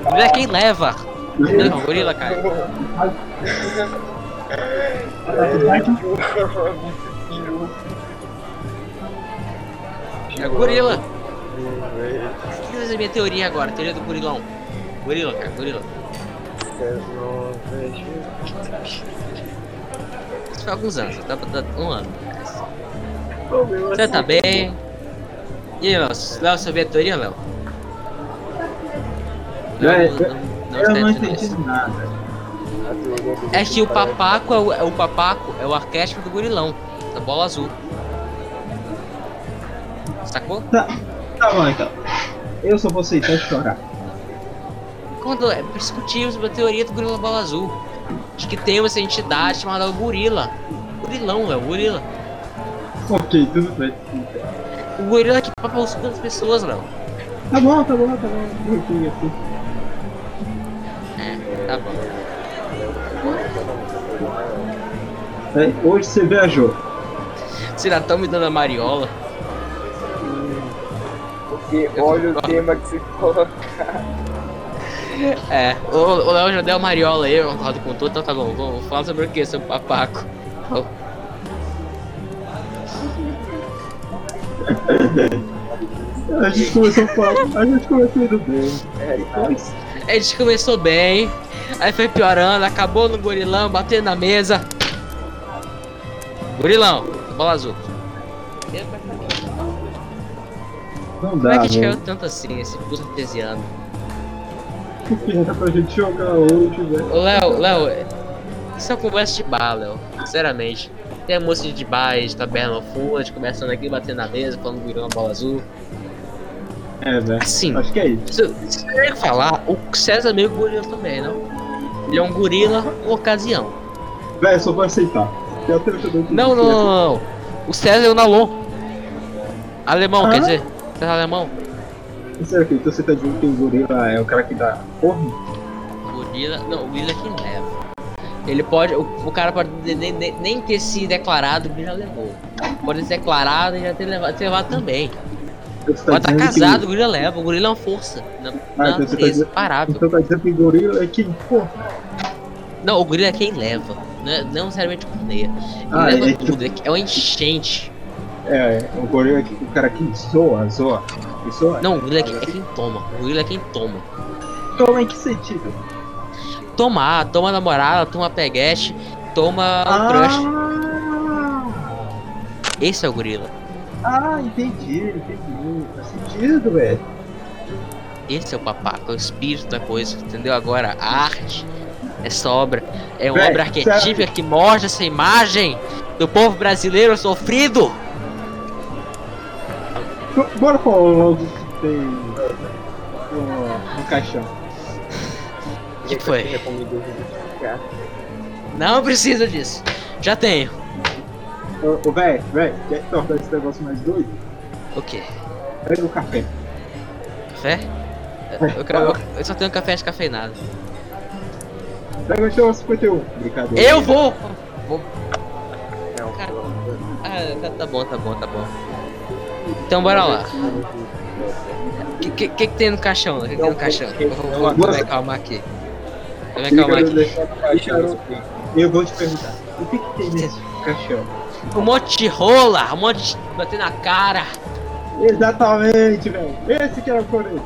A: O gorila é quem leva. Não, gorila, cara. É gorila. Essa é a minha teoria agora, teoria do gorilão. Gorila, cara, gorila. Isso foi há alguns anos, tá, tá um ano. Você tá bem? E aí, Léo, Léo, você vê a teoria, Léo?
C: É,
A: Léo, não
C: Eu
A: está
C: não
A: entendendo
C: entendi
A: isso.
C: nada.
A: É que o papaco é o, é o papaco, é o arquétipo do gorilão, da bola azul. Sacou?
C: Tá, tá bom então. Eu só vou aceitar chorar.
A: Quando é, discutimos sobre a teoria do gorila bola azul, de que tem essa entidade chamada gorila. Gorilão, Léo, gorila.
C: Ok, tudo bem.
A: O gorila que papa os das pessoas, Léo.
C: Tá bom, tá bom, tá bom. Muito aqui.
A: É, tá bom.
C: É, hoje você viajou.
A: Vocês já estão me dando a mariola.
B: Porque olha o tema que você coloca.
A: É, o o Léo já deu a mariola aí, eu concordo com tá tudo, então tá bom. Vamos falar sobre o que, seu papaco?
C: A gente começou a falar, a gente começou indo bem.
B: É,
C: Mas,
A: A gente começou bem, aí foi piorando, acabou no gorilão, batendo na mesa. Gorilão, bola azul.
C: não
A: Como é que
C: dá,
A: a gente
C: velho.
A: caiu tanto assim, esse pulso artesiano?
C: Porque era pra gente jogar hoje, velho.
A: Ô Léo, Léo, isso é uma conversa de bar, Léo, sinceramente. Tem a tá música de bar, de taberna ao fundo, a gente começando aqui, batendo na mesa, falando gorilão, bola azul.
C: É, velho.
A: Assim,
C: Acho que é isso.
A: se se eu ia falar, o César é meio gorila também, não? Ele é um gorila ocasião.
C: Velho, só vou aceitar. Eu tenho que dar um
A: Não, não,
C: jeito.
A: não, não. O César é o Nalon. Alemão,
C: Hã?
A: quer dizer. César alemão.
C: Será que então você tá dizendo que o gorila é o cara que dá porra?
A: Gorila. Não, o gorila é quem leva. Ele pode. O, o cara pode de- de- de- nem ter se declarado que já levou. Pode ter declarado e já ter levado, ter levado também.
C: Você
A: Pode estar
C: Tá dizendo que-
A: tá casado, o gorila leva. O gorila é uma força. Na, na
C: Ah, então você tá
A: natureza,
C: dizendo,
A: imparável.
C: então tá dizendo que gorila é quem porra.
A: Não, o gorila é quem leva. Não, é- não necessariamente o corneia. Ele
C: Ah,
A: leva
C: é-
A: tudo. É, é uma enchente.
C: É, é, o gorila é que- o cara que zoa, zoa. Que zoa?
A: Não, o gorila é, quem- é quem toma. O gorila é quem toma.
C: Toma em é que sentido?
A: Tomar, toma namorada, toma peguete, toma um crush.
C: ah,
A: Esse é o gorila.
C: ah, entendi, entendi. Faz sentido, velho.
A: Esse é o papaco, é o espírito da coisa, entendeu? Agora, a arte, essa obra, é uma
C: Véi,
A: obra
C: sério.
A: arquetípica que mostra essa imagem do povo brasileiro sofrido.
C: B- Bora falar logo que tem no, no caixão.
A: Que foi? Não precisa disso. Já tenho.
C: Ô, ô véi, véi, quer tornar esse negócio mais doido?
A: O quê?
C: Pega o café.
A: Café? Eu, eu- eu só tenho um café descafeinado.
C: Pega o chão 51. Brincadeira.
A: Eu vou! vou...
B: Não,
A: Cara. Ah, tá, tá bom, tá bom, tá bom. Então bora lá. O que, que, que que tem no caixão? O que, que tem no caixão? Eu vou, vou, vou me acalmar aqui. Vou me
C: Fica
A: acalmar
C: no
A: aqui.
C: deixar-
B: Deixa eu-
C: Eu vou te perguntar. O que, que tem nesse caixão?
A: Um monte de rola, um monte de bater na cara.
C: Exatamente, velho. Esse que era o Corinthians.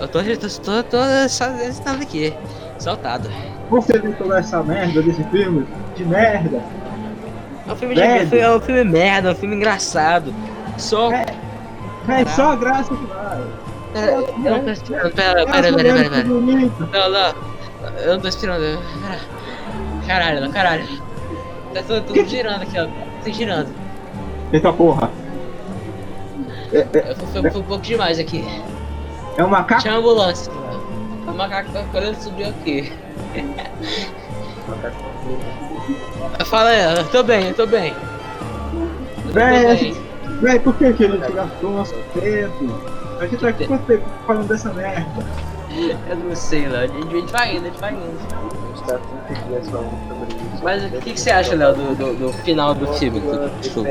A: Eu tô, eu tô, tô, tô saltado aqui, saltado.
C: Você viu toda essa merda desse filme? De merda.
A: É um filme, de, é um
C: Velho.
A: filme- é um filme merda, é um filme engraçado. Só.
C: É, Véi, só
A: Ah.
C: a graça que vai.
A: Pera- eu não tô esperando, pera, pera, pera, pera, pera. Não, não. Eu não tô esperando. eu- Caralho, não, caralho. Tá tudo, tudo girando aqui, ó. Tudo girando.
C: Eita porra.
A: Eu- Foi, foi- foi um pouco demais aqui.
C: É um macaco?
A: Chama a ambulância. O macaco tá querendo subir aqui. Fala aí, eu tô bem, eu tô bem. Eu tô
C: Véi, a
A: bem.
C: gente- véi, por que, que a gente gastou nosso tempo? A gente tá aqui quanto tempo falando dessa merda?
A: Eu não sei, Léo. A gente vai indo, a gente vai indo.
B: um
A: Mas o que, que você acha, Léo, do, do, do final do filme? Do- do filme?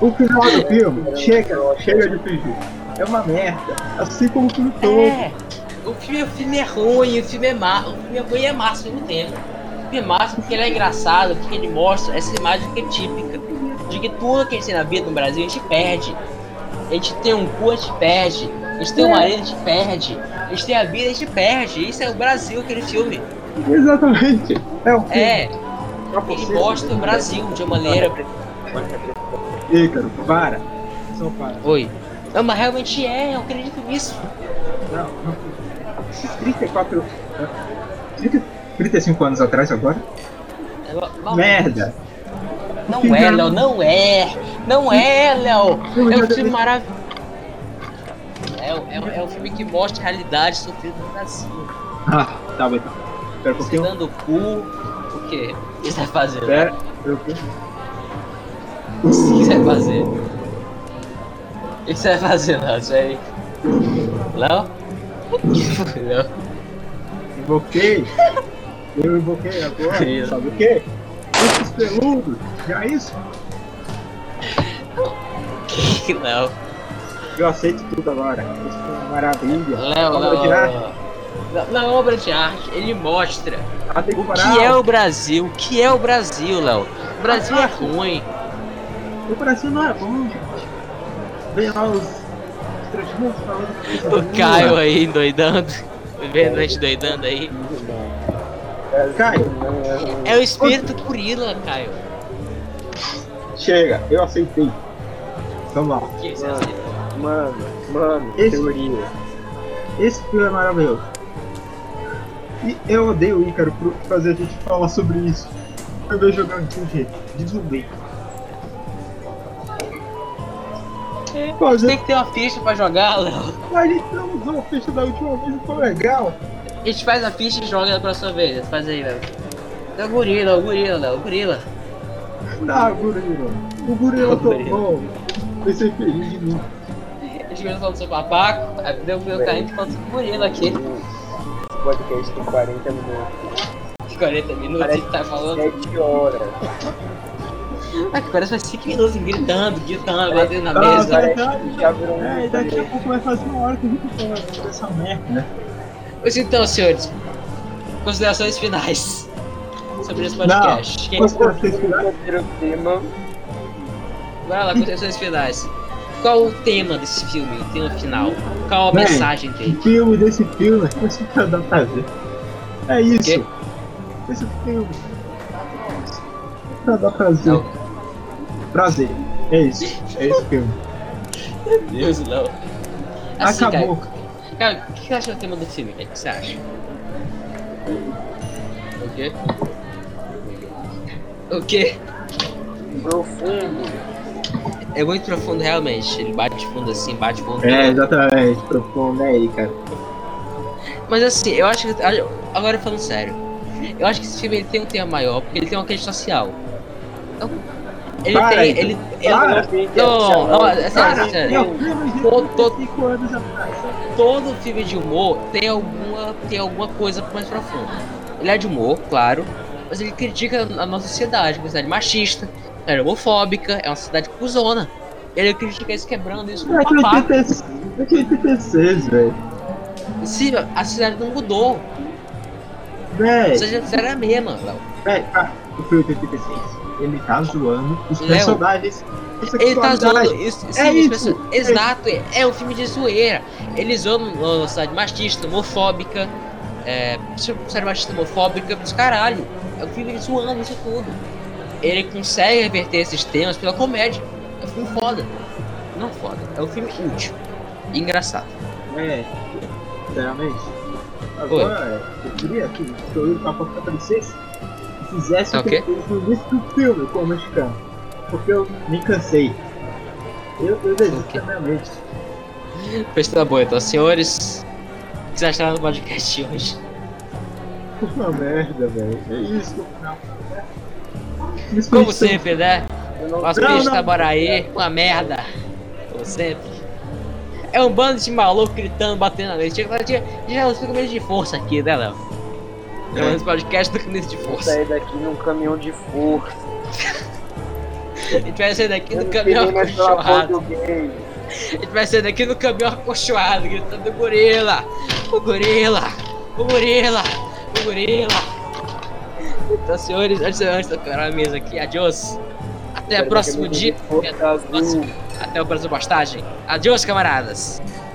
C: O final do filme, chega, chega de fingir. É uma merda. Assim como o filme todo.
A: É, o filme, o filme é ruim, o filme é má, o filme é ruim e é massa ao mesmo tempo. O filme é massa porque ele é engraçado, porque ele mostra essa imagem que é típica de que tudo que a gente tem na vida no Brasil a gente perde. A gente tem um cu, a gente perde. A gente tem um marido, a gente perde. A gente tem a vida, a gente perde. Isso é o Brasil, aquele filme.
C: Exatamente. É um filme.
A: É,
C: pra
A: ele
C: você.
A: mostra o Brasil de uma maneira
C: Ícaro, para. Só para.
A: Oi. Não, mas realmente é, eu acredito nisso.
C: Não, não. 34. 30, 35 anos atrás agora?
A: Eu- não,
C: Merda!
A: Não é, Léo, não é! Não é, Léo! É um filme maravilhoso. É, o- é, o- é um filme que mostra a realidade sofrida no Brasil.
C: Ah, tá bom então.
A: Você
C: Espera um pouquinho.
A: dando o cu. O quê? O que você vai fazer?
C: Espera. eu-
A: O que você vai fazer? O que você vai fazer, Léo? Isso aí. Léo? Léo?
C: Invoquei. Eu invoquei agora.
A: Sim.
C: Sabe o quê? Ursos peludos. Já é isso?
A: Léo?
C: Eu aceito tudo agora. Isso foi uma maravilha.
A: Léo,
C: Obra
A: Léo,
C: de arte.
A: Léo. Na- Na obra de arte, ele mostra
C: Até
A: é O que é o Brasil? O que é o Brasil, Léo? O Brasil é ruim.
C: O Brasil não é bom, gente. Vem lá os transmortos falando que isso é
A: O
C: ruim.
A: Caio aí doidando. Vendo a gente doidando aí.
C: Caio.
B: Não, é,
A: É o espírito gorila, Caio.
C: Chega, eu aceitei. Então, Vamos lá.
A: Que você
B: Mano.
A: aceita?
B: Mano, mano,
C: Esse-
B: teoria.
C: Esse filme é maravilhoso. E eu odeio o Ícaro por fazer a gente falar sobre isso. Eu vejo jogar um time de zumbi.
A: É, Tem que ter uma ficha pra jogar, Léo.
C: Mas a gente não usou a ficha da última vez e foi legal.
A: A gente faz a ficha e joga da próxima vez. Faz aí, Léo. É o gorila, é o gorila, Léo. O gorila.
C: Não, Gurilo. O é Gurilo
A: Gurilo.
C: tomou. Pensei feliz né? de mim.
A: A gente começou falando sobre babaco. Aí deu meu carrinho falando sobre o gorila aqui.
B: Esse podcast tem 40 minutos.
A: De 40 minutos ele tá falando.
B: 7 horas.
A: Ah, que parece mais 5 minutos gritando, gritando, batendo na
C: Ah,
A: mesa.
C: cara.
B: Parece que já virou um.
C: É, e
A: tá
C: daqui a pouco vai fazer uma hora que a gente fala dessa merda, né?
A: Pois então, senhores, considerações finais sobre esse podcast. Quem-
C: Posso
B: Eu
C: vocês cuidarem?
B: ter o tema.
A: Vai lá, considerações finais. Qual o tema desse filme, o tema final? Qual a
C: Bem,
A: mensagem
C: O
A: dele?
C: filme desse filme, você vai dar prazer. É isso. Esse filme. Pra dar prazer.
A: Não.
C: Prazer. É isso. É esse filme.
A: Meu Deus, não. Assim,
C: Acabou.
A: Cara, cara, o que você acha do tema do filme? cara? O que você acha? O quê? O quê?
B: Profundo.
A: É muito profundo, realmente. Ele bate fundo assim, bate fundo.
C: É, exatamente. Profundo é aí, cara.
A: Mas assim, eu acho que. Agora falando sério. Eu acho que esse filme ele tem um tema maior, porque ele tem uma crise social. Então, ele
C: Para,
A: tem.
C: então.
A: Ele,
C: Para.
A: ele- Não, não, é sério, é sério.
C: Meu filme de
A: Tô- tô-
C: 35 anos atrás.
A: todo filme de humor tem alguma, tem alguma coisa mais profunda. Ele é de humor, claro, mas ele critica a nossa sociedade, uma sociedade machista, uma sociedade homofóbica, é uma sociedade cuzona. Ele critica isso quebrando isso com
C: É que
A: papá.
C: 86, é que 86, velho.
A: Sim, a sociedade não mudou. Ou
C: Véi,
A: seja, a sociedade é a mesma, Léo.
C: véi, ah, o filme de 86. Ele tá zoando os
A: Léo.
C: personagens.
A: Ele tá zoando.
C: sexualidade.
A: Isso,
C: É
A: sim,
C: isso.
A: pessoal, Exato, é, é um filme de zoeira. Ele zoa uma sociedade machista, homofóbica, é, sociedade machista, homofóbica, dos caralho. É um filme zoando isso tudo. Ele consegue reverter esses temas pela comédia. É um filme foda. Não foda, é um filme útil. E engraçado.
C: É, sinceramente. Agora, é, eu queria que o Papa Francês fizesse
A: Ok.
C: o que ele fez no início do filme com o mexicano. Porque eu me cansei. Eu, eu desisto
A: Ok.
C: da minha mente.
A: Pois tá bom, então, senhores. O que vocês acharam do podcast de hoje?
C: Uma merda, velho. É isso que eu final.
A: Como sempre, né?
B: Eu não
A: Nosso
C: Não,
A: bicho
C: não.
A: Tabaraí, uma merda. Como sempre. É um bando de maluco gritando, batendo na mesa. Tinha que tinha, já fica menos de força aqui, né, Léo?
C: É.
A: Pelo menos podcast do camisa de força.
B: sair daqui num caminhão de força.
A: A gente vai sair daqui
B: Eu
A: no
B: não queria
A: caminhão
B: mais falar
A: acolchoado.
B: português.
A: A gente vai sair daqui no caminhão acolchoado, gritando gorila! O gorila! O gorila! O gorila! Então, senhores, antes, antes de eu quebrar a mesa aqui, adiós! Até o
B: Sair
A: É, próximo
B: daqui num
A: dia!
B: caminhão de força é. Tá azul.
A: Até o próximo postagem. Adiós, camaradas.